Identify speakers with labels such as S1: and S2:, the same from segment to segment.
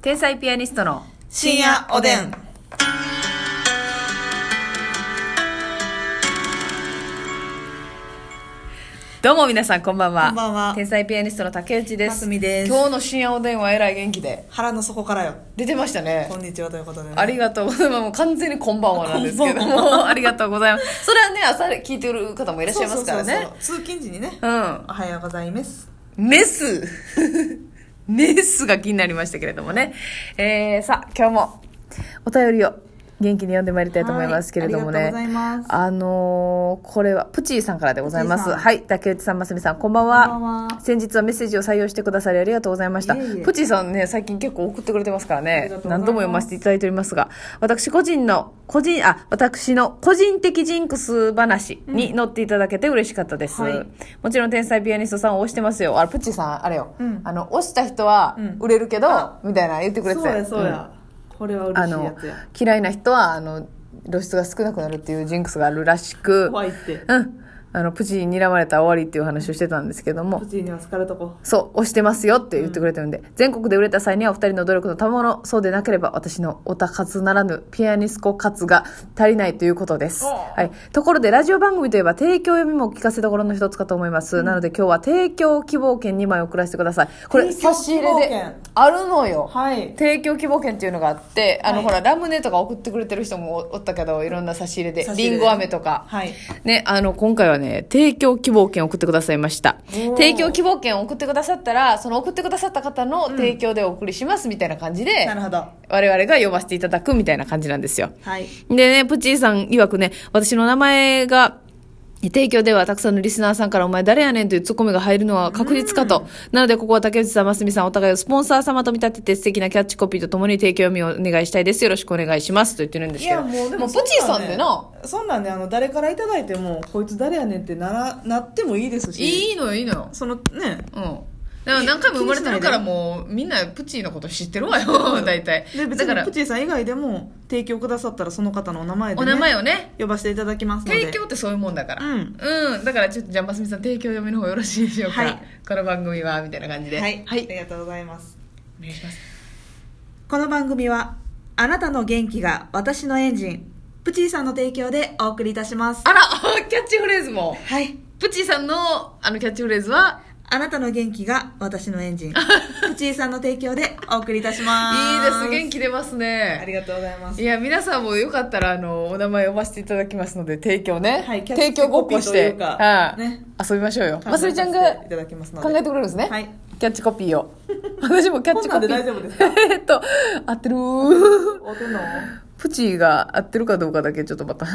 S1: 天才ピアニストの
S2: 深夜おでん。
S1: どうも皆さんこんばんは
S2: こんばんは
S1: 天才ピアニストの竹内です
S2: ますみです
S1: 今日の深夜おでんはえらい元気で
S2: 腹の底からよ。
S1: 出てましたね
S2: こんにちはということで、ね。
S1: ありがとうございます。もう完全にこんばんはなんですけど
S2: こんばん
S1: も、ありがとうございます。それはね、朝聞いてる方もいらっしゃいますから
S2: そうそう
S1: ね
S2: そう。そう通勤時にね。
S1: うん。
S2: おはようございます。
S1: メス メスが気になりましたけれどもね。えー、さあ、今日もお便りを元気に読んでまいりたいと思いますけれどもね。
S2: はいありがとうございます
S1: あのーこれは、プチーさんからでございま
S2: プチ
S1: す。
S2: ーさん
S1: はい、竹内さん、ますみさん、こんばんは。
S2: こんばんは
S1: 先日はメッセージを採用してくださりありがとうございました。
S2: いえいえ
S1: プチーさんね、最近結構送ってくれてますから
S2: あり
S1: ね
S2: がとう。ございます
S1: 何度も読ませていただいておりますが、私個人の、個人、あ、私の個人的ジンクス話に乗っていただけて嬉しかったです。
S2: はい
S1: もちろん天才ピアニストさんを押してますよ。あれ、プッチーさん、あれよ。
S2: うん
S1: あの、押した人は
S2: うん
S1: 売れるけど、
S2: あ
S1: みたいな言ってくれて
S2: そう
S1: たよ
S2: や、そうや。これは
S1: うんあ
S2: 嬉しいや
S1: の
S2: つや。、
S1: 嫌いな人は、あの、露出が少なくなるっていうジンクスがあるらしく、
S2: 怖いって。
S1: うん。あの、プチーに睨まれたら終わりっていう話をしてたんですけども
S2: プ、チには好かれとこ。
S1: そう、押してますよって言ってくれてるんで、全国で売れた際にはお二人の努力の賜物、そうでなければ私のオタ活ならぬピアニスコ活が足りないということです。
S2: おう
S1: はい。ところで、ラジオ番組といえば提供読みも聞かせどころの一つかと思います。なので今日は提供希望券2枚送らせてください。これ、
S2: 提供
S1: 差し入れ
S2: 希望
S1: で
S2: 券
S1: あるのよ。
S2: はい。
S1: 提供希望券っていうのがあって、あの、
S2: はい
S1: ほら、ラムネとか送ってくれてる人もおおったけど、いろんな差し入れで
S2: 差、し入れ
S1: リ
S2: で
S1: ンゴ飴とか。
S2: はい。
S1: ね、あの、今回はね、提供希望券を送ってくださいました。
S2: おー
S1: 提供希望券を送ってくださったら、その送ってくださった方の提供でお送りしますみたいな感じで、
S2: なるほど。
S1: 我々が読ませていただくみたいな感じなんですよ。
S2: はい。
S1: でね、プッチーさん曰くね、私の名前が、提供ではたくさんのリスナーさんからお前誰やねんというツッコミが入るのは確実かと。なのでここは竹内さん、ますみさん、お互いをスポンサー様と見立てて素敵なキャッチコピーとともに提供読みをお願いしたいです。よろしくお願いします。と言ってるんですけど。プ
S2: そ
S1: ッチー
S2: な
S1: さんでな、。
S2: そんなんね、あの、誰からいただいても、こいつ誰やねんってなら、なってもいいですし。い。
S1: いいのよ、いいのよ。
S2: その、ね。
S1: うん。だから何回も生まれてるからもうみんなプチーのこと知ってるわよ、大体
S2: で、。別
S1: だから
S2: にプチさん以外でも、提供くださったらその方のお名前で、ね。
S1: お名前をね、
S2: 呼ばせていただきますので。
S1: 提供ってそういうもんだから。
S2: うん
S1: うんだからちょっとじゃあ、ますみさん、提供読みの方よろしいでしょうか。
S2: はい
S1: この番組は、みたいな感じで。
S2: はい、
S1: はい。
S2: ありがとうございます
S1: お願いします。
S2: この番組はあなたの元気が私のエンジンプチーさんの提供でお送りいたします
S1: あらキャッチフレーズも。
S2: はい
S1: プチーさんの、あの、キャッチフレーズは、
S2: あなたの元気が私のエンジ ンプチーさんの提供でお送りいたしま
S1: い
S2: す
S1: いです、元気出ます
S2: あ
S1: ね。
S2: りがとうございます
S1: いや、皆さんもよかったら、あの、お名前呼ばせていただきますので、提供ね。
S2: はいキャッチ
S1: 提供ごっこし
S2: コピー
S1: て、
S2: というか
S1: はい
S2: ね
S1: 遊びましょうよ。ますみちゃん
S2: 考え
S1: が
S2: させていただきますの
S1: 考
S2: で
S1: えてくれるんですね。
S2: はい
S1: キャッチコピーを。 私もキャッチコピー。
S2: こんなんで大丈夫ですか
S1: えーっと、合ってるー。
S2: お手の
S1: プチが合ってるかどうかだけちょっとま た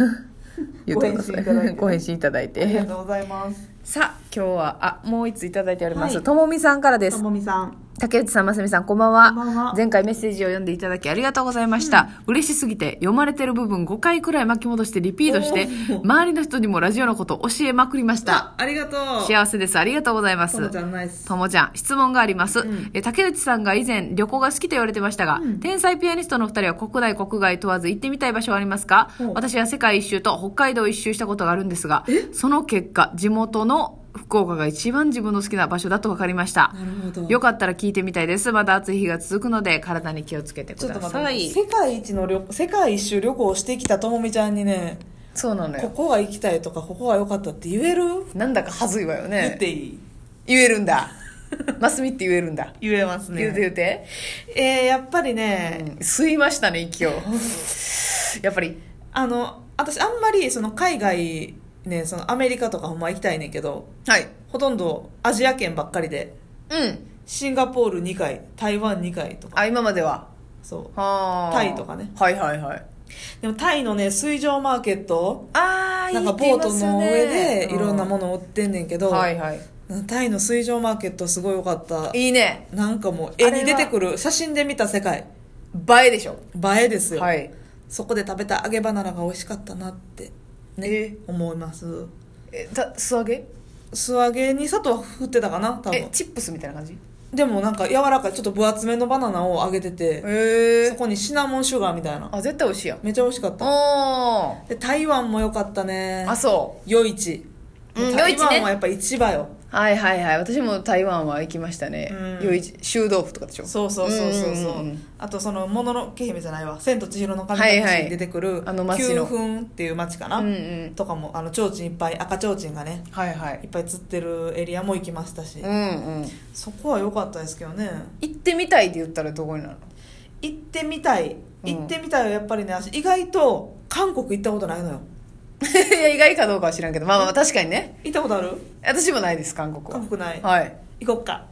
S1: 言ってくださ
S2: ご返信いただい
S1: い。
S2: て
S1: ご返信いただい
S2: ありが
S1: て。
S2: とうございます
S1: さあ、今日は、あ、もう一ついただいておりま
S2: は
S1: す。
S2: い
S1: ともみさんからで
S2: と
S1: す。
S2: もみさん
S1: 竹内さん、ますみさん、こんばんは。
S2: こんばんは
S1: 前回メッセージを読んでいただきありがとうございました。嬉しすぎて、読まれてる部分5回くらい巻き戻してリピートして
S2: おー、
S1: 周りの人にもラジオのこと教えまくりました。
S2: あありがとう
S1: 幸せです。ありがとうございます。
S2: ともちゃんナイス
S1: ともちゃん、質問があります。
S2: ん
S1: え竹内さんが以前旅行が好きと言われてましたが、
S2: うん
S1: 天才ピアニストのお二人は国内国外問わず行ってみたい場所はありますか
S2: ほう
S1: 私は世界一周と北海道一周したことがあるんですが、その結果、地元の福岡が一番自分の好きな場所だと分かりました。
S2: なるほど
S1: よかったら聞いてみたいです。まだ暑い日が続くので、体に気をつけて
S2: ち
S1: く
S2: ょっ
S1: だ
S2: と
S1: さ
S2: 待って
S1: い。
S2: 世界一の旅世界一周旅行をしてきたともみちゃんにね
S1: そうなの
S2: こ
S1: よ。
S2: こが行きたいとかここが良かったって言える
S1: なんだかはずいわよ
S2: 言っ
S1: ね。
S2: ていい
S1: 言えるん だ。マスミって言えるんだ。
S2: 言えます
S1: 言うて言うて。
S2: えー、やっぱりね、
S1: 吸いましたね、息を。 やっぱり。
S2: あの私あんまりその海外ねそのアメリカとかほんま行きたいねんけど
S1: はい。
S2: ほとんどアジア圏ばっかりで
S1: うん。
S2: シンガポール2回台湾2回とか
S1: あ、今までは。
S2: そう
S1: はあ
S2: タイとかね。
S1: はいはいはい。
S2: でもタイのね水上マーケット
S1: あ
S2: なんかボートの上でいろんなも
S1: の
S2: のを売ってんねんけど、
S1: はいはい。
S2: タイの水上マーケットすごい良かった
S1: いいね。
S2: なんかもう
S1: あ
S2: 絵
S1: れは
S2: に出てくる写真で見た世界
S1: 映えでしょ。
S2: 映えですよ、
S1: はい。
S2: そこで食べた揚げバナナが美味しかったなって
S1: え、
S2: 思います
S1: え、た、素揚げ
S2: 素揚げに砂糖振ってたかな多
S1: え
S2: 分、
S1: チップスみたいな感じ
S2: でもなんか柔らかいちょっと分厚めのバナナを揚げてて
S1: へ
S2: そ。こにシナモンシュガーみたいな
S1: あ、絶対美味しいやん。
S2: めちゃ美味しかった
S1: お
S2: で台湾も良かったね
S1: ー。あ、そ
S2: 夜市
S1: うん
S2: 台
S1: 夜市ね
S2: 湾はやっぱ市場よ、
S1: う。はいはいはい私も台湾は行きましたね
S2: うん
S1: よい臭豆腐とかでしょ
S2: そうそうそうそうそう,、
S1: うんうんうん
S2: あとその「もののけ姫」じゃないわ「千と千尋の神
S1: はい
S2: 隠
S1: は
S2: し」
S1: い
S2: に出てくる
S1: あの町の
S2: 九分っていう町かな、
S1: うんうん
S2: とかもあの提灯いっぱい赤提灯がね
S1: はいはい
S2: いっぱい釣ってるエリアも行きましたし、
S1: うんうん
S2: そこは良かったですけどね
S1: 行ってみたいって言ったらどこになるの
S2: 行ってみたい
S1: うん
S2: 行ってみたいはやっぱりね私意外と韓国行ったことないのよ
S1: いや意外かどうかは知らんけどまあまあ確かにね
S2: 行ったことある
S1: 私もないです韓国は
S2: 韓国ない
S1: はい
S2: 行こっか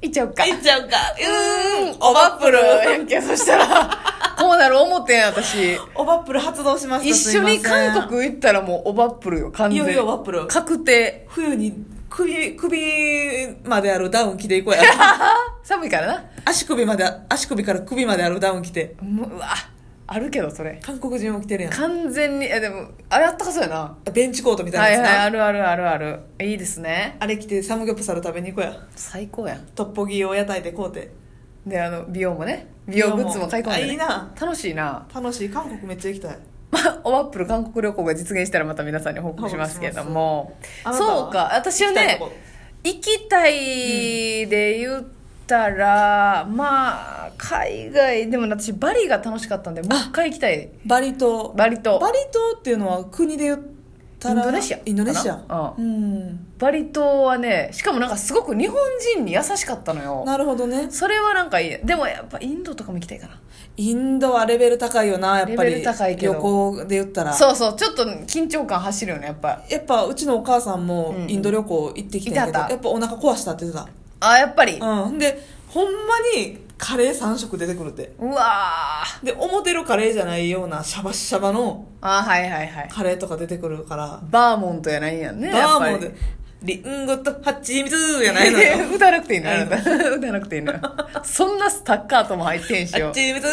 S1: 行っちゃおっか
S2: っちゃうか
S1: う
S2: うーんおばっぷる
S1: やんけそした らこうなる思ってんや私
S2: おばっぷる発動しました
S1: 一
S2: すい
S1: 緒
S2: ません
S1: に韓国行ったらもうおばっぷるよ完
S2: い
S1: 全
S2: よいよおばっぷる
S1: 確定
S2: 冬に首首まであるダウン着ていこう や
S1: 寒いからな
S2: 足首まで足首から首まであるダウン着て
S1: もううわあるけどそれ
S2: 韓国人も着てるや
S1: 完全にえでもあれあったかそうやなん
S2: ベンチコートみたいな
S1: はい
S2: やつな、
S1: はいあるあるあるあるいいですね
S2: あれ着てサムギョプサル食べに行こうや
S1: 最高やん
S2: トッポギを屋台で買うて
S1: であの美容もね美容グッズも買い込んで、ね、
S2: 美容もあいいな
S1: 楽しいな
S2: 楽しい韓国めっちゃ行きたい
S1: まあ、おワップル韓国旅行が実現したらまた皆さんに報告しますけれども
S2: 報告します
S1: そうか私は
S2: 行きたい
S1: ね
S2: とこ
S1: 行きたいで言ったら、まあ海外でも私バリが楽しかったんでもう一回行きたい
S2: バリ島
S1: バリと
S2: バリ島っていうのは国で言ったら
S1: インドネシアかな
S2: インドネシア
S1: う
S2: うん
S1: バリ島はねしかもなんかすごく日本人に優しかったのよ
S2: なるほどね
S1: それはなんかいいでもやっぱインドとかも行きたいかな
S2: インドはレベル高いよなやっぱり
S1: レベル高いけど
S2: 旅行で言ったら
S1: そうそうちょっと緊張感走るよねやっぱ
S2: やっぱうちのお母さんも
S1: うん
S2: インド旅行行ってきてんけど、
S1: 行ってはった
S2: やっぱお腹壊したって言って
S1: あやっぱり
S2: たうんでほんまにカレー3食出てくるって
S1: うわー
S2: で思ってるカレーじゃないようなシャバシャバの
S1: あはいはいはい
S2: カレーとか出てくるから、
S1: バーモントやないんやんね
S2: バー
S1: や
S2: モ
S1: っ
S2: ン
S1: ぱり
S2: でリンゴと蜂蜜やない のよ
S1: 歌わなくていいのあ
S2: あ
S1: な
S2: の
S1: た 歌わなくていいのよそんなスタッカーとも入ってんしよ
S2: 蜂蜜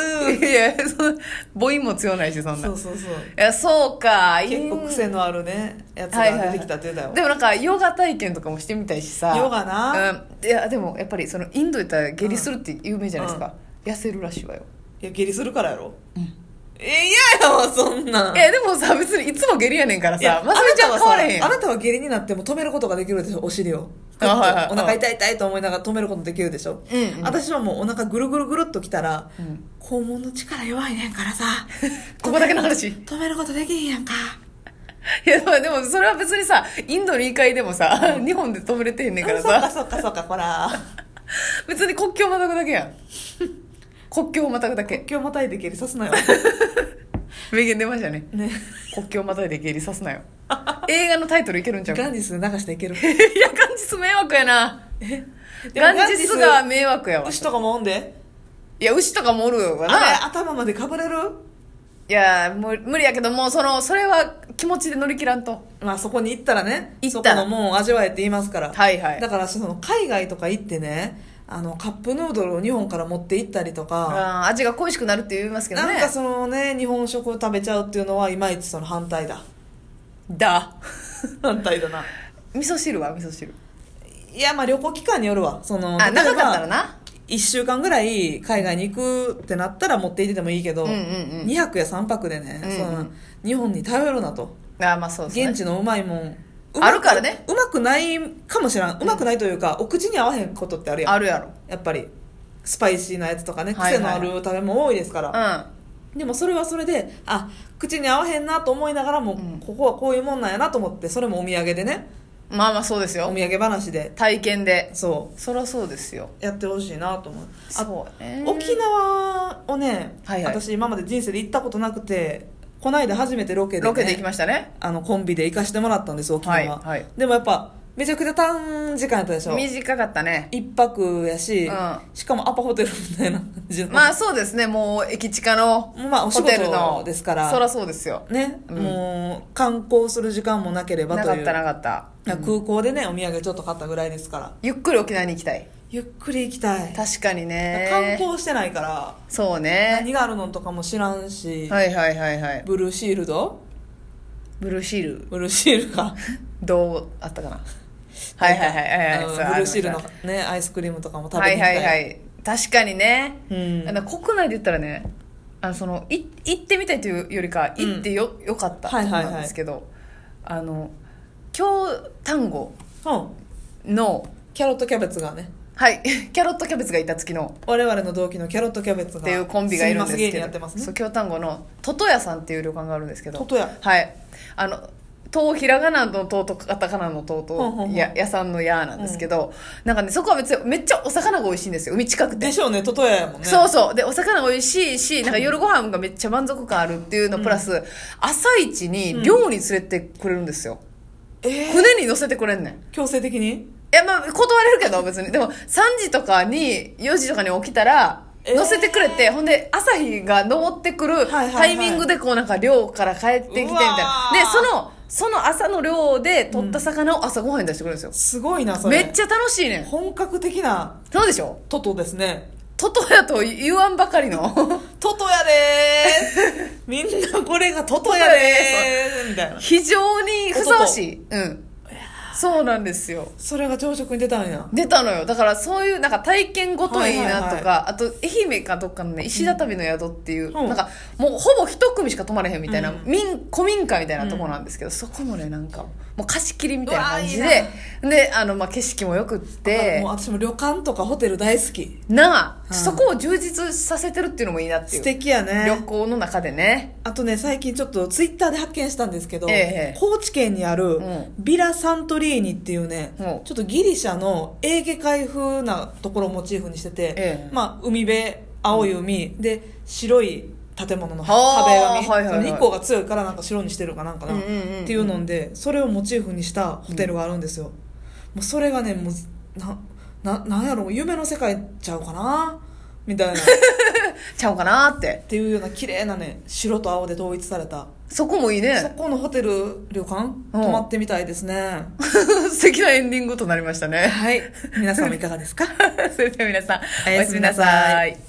S1: いやいやそん母音も強ないしそんな
S2: そ
S1: いう
S2: そうそう
S1: やそうかいい
S2: 結構癖のあるねやつ
S1: はいはい
S2: が
S1: はい
S2: 出てきたって言うたよ、
S1: でもなんかヨガ体験とかもしてみたいしさ
S2: ヨガな、
S1: うん、いやでもやっぱりそのインド行ったら下痢するって有名じゃないですか、痩せるらしいわよ
S2: いや下痢するからやろ、え嫌やわそんなん
S1: いやでもさ別にいつも下痢やねんから
S2: いや
S1: さまさみちゃん
S2: あな
S1: は
S2: た
S1: 変わ
S2: はさ
S1: れへんや
S2: あ
S1: ん
S2: なたは下痢になっても止めることができるでしょお尻を
S1: あはいはい
S2: お腹痛い痛いと思いながら止めることできるでしょ、
S1: うんうん
S2: 私はもうお腹ぐるぐるぐるっときたら、
S1: うん
S2: 肛門の力弱いね んからさ
S1: ここだけの話
S2: 止めることできへんやんか
S1: いやまあでもそれは別にさインドの言い換えでもさ、日本で止めれてへんねんから
S2: そ っか
S1: さ
S2: そっかそっかほら
S1: 別に国境をまたぐだけやん国境をまたぐだけ
S2: 今日またいで下痢さすなよ
S1: 名言出ましたね
S2: ね
S1: 国境をまたいで下痢さす なよ映画のタイトルいけるんちゃうか
S2: ガンジス流していける
S1: いやガンジス迷惑やな
S2: でも
S1: ガンジスが迷惑やわ
S2: 牛とかもおんで
S1: いや牛とかもおるわ
S2: あれ
S1: な
S2: 頭までかぶれる
S1: いやもう無理やけどもうそのそれは気持ちで乗り切らんと
S2: まあそこに行ったらね
S1: 行ったら
S2: そこのもんを味わえって言いますから
S1: はいはい
S2: だからその海外とか行ってねあのカップヌードルを日本から持って行ったりとか、
S1: あー味が恋しくなるって言いますけど
S2: な
S1: ね
S2: んかそのね日本食を食べちゃうっていうのはいまいちその反 対だ
S1: だ
S2: 反対だな
S1: 味噌汁は味噌汁
S2: いやまあ旅行期間によるわその
S1: あ
S2: 例えば
S1: 長かったらな
S2: 1週間ぐらい海外に行くってなったら持って行っててもいいけど、
S1: うんうんうん
S2: 2泊や3泊でね、
S1: うんうん
S2: その日本に頼るなと
S1: あーまあそうですね
S2: 現地のうまいもんうまく
S1: あるからね
S2: うまくないかもしらんうまくないというか、お口に合わへんことってあるやん
S1: あるやろ
S2: やっぱりスパイシーなやつとかね
S1: はいはい
S2: 癖のある食べ物多いですから、
S1: う
S2: でもそれはそれであ口に合わへんなと思いながらも、
S1: うん
S2: ここはこういうもんなんやなと思ってそれもお土産でね
S1: んまあまあそうです
S2: お
S1: よ
S2: 土産話で
S1: 体験で
S2: そ
S1: そりゃそうですよ
S2: うやってほしいなと思うあ
S1: そうね
S2: 沖縄をね、
S1: はいはい
S2: 私今まで人生で行ったことなくてこないだ初めてロケで、ね、
S1: ロケで行きましたね
S2: あのコンビで行かしてもらったんです沖縄、
S1: はいはい
S2: でもやっぱめちゃくちゃ短時間やったでしょ
S1: 短かった ね
S2: 一泊やし、
S1: うん
S2: しかもアパホテルみたいな感じの
S1: まあそうですねもう駅近の
S2: まあお仕
S1: ホテルの
S2: 事ですから
S1: そりゃそうですよ
S2: ね、
S1: うん
S2: もう観光する時間もなければ
S1: な
S2: と
S1: か
S2: い
S1: っ
S2: う
S1: たなかった
S2: 空港でねお土産ちょっと買ったぐらいですから
S1: ゆっくり沖縄に行きたい
S2: ゆっくり行きたい
S1: 確かにね
S2: 観光してないから
S1: そうね
S2: 何があるのとかも知らんし、
S1: はいはいはいはい
S2: ブルーシールド
S1: ブルーシール
S2: ブルーシールか
S1: どうあったかなはいはいはいはい
S2: あの
S1: そう
S2: ブル
S1: あり
S2: ー
S1: ま
S2: シ
S1: し
S2: ール
S1: た
S2: のねアイスクリームとかも食べ
S1: は
S2: に行
S1: い
S2: き
S1: は
S2: たい、
S1: いはい確かにね
S2: うん
S1: あの国内で言ったらねあのそのい行ってみたいというよりか
S2: うん
S1: 行ってよ,、よかった
S2: はいはいはい
S1: なんですけど、あの京丹後
S2: うん
S1: の、
S2: キャロットキャベツがね
S1: はい、 キャロットキャベツがいた月の、
S2: 我々の同期のキャロットキャベツが
S1: っていうコンビがいるんです
S2: スイマス芸
S1: け
S2: 人やって
S1: ど、
S2: ます
S1: そう
S2: ね
S1: 京丹後のトトヤさんっていう旅館があるんですけど
S2: トトヤ
S1: はいあのとひらがなのととカタカナのと
S2: ほんほん
S1: と
S2: ほん
S1: や屋さんのやなんですけど、なんかねそこは別にめっちゃお魚が美味しいんですよ海近くて
S2: でしょうねトトヤやもんね
S1: そうそうでお魚美味しいしなんか夜ご飯がめっちゃ満足感あるっていうのプラス、朝一に漁に連れてくれるんですよ、
S2: えー、
S1: 船に乗せてくれんねん
S2: 強制的に
S1: いやまあ断れるけど別にでも3時とかに4時とかに起きたら
S2: えー
S1: 乗せてくれて、ほんで朝日が昇ってくる
S2: いはいはい
S1: タイミングでこうなんか漁から帰ってきてみたいう
S2: わ
S1: な
S2: ー
S1: でそのその朝の漁で取った魚を朝ごはんに出してくれるんです
S2: すごいな
S1: よ
S2: そ
S1: め
S2: れ
S1: っちゃ楽しいねん
S2: 本格的な
S1: そうでしょ
S2: トトですね
S1: トトヤと言わんばかりの
S2: トトやでーす みんなこれがトトやでーすみたいな
S1: 非常にふさわしいうんそうなんですよ
S2: それが朝食に出たんや
S1: 出たのよだからそういうなんか体験ごといいなとか、
S2: はいはいは
S1: あと愛媛かどっかのね石畳の宿っていう、
S2: うん
S1: なんかもうほぼ一組しか泊まれへんみたいな、
S2: うん
S1: 民古民家みたいなとこなんですけど、そこもねなんかもう貸し切りみたいな感じ
S2: うわー
S1: でであの、まあ、景色もよくって
S2: もう私も旅館とかホテル大好き
S1: なあ、
S2: うん
S1: そこを充実させてるっていうのもいいなってい
S2: 素
S1: う
S2: 敵や
S1: 旅
S2: ね
S1: 行の中でね
S2: あとね最近ちょっとツイッターで発見したんですけど、
S1: ええ
S2: 高知県にある
S1: ん
S2: ビラ・サントリーニっていうね、
S1: うん
S2: ちょっとギリシャのエーゲ海風なところをモチーフにしてて、
S1: ええ
S2: まあ、海辺青い海、で白い建物の壁
S1: はあ
S2: 紙、
S1: はいはいはい
S2: 日光が強いからなんか白にしてるかなんかな、
S1: うんうんうん
S2: っていうのでそれをモチーフにしたホテルがあるんですよ、もうそれがねもうなななんやろう夢の世界ちゃうかなみたいなっ
S1: ちゃうかなって
S2: ていうような綺麗なね白と青で統一された
S1: そこもいい
S2: そ
S1: ね
S2: このホテル旅館泊まってみたいですね、
S1: 素敵なエンディングとなりましたね
S2: はい皆さんもいかがですか
S1: それでは皆さん
S2: お
S1: お
S2: や
S1: や
S2: す
S1: す
S2: み
S1: み
S2: な
S1: な
S2: さ
S1: さ
S2: い
S1: い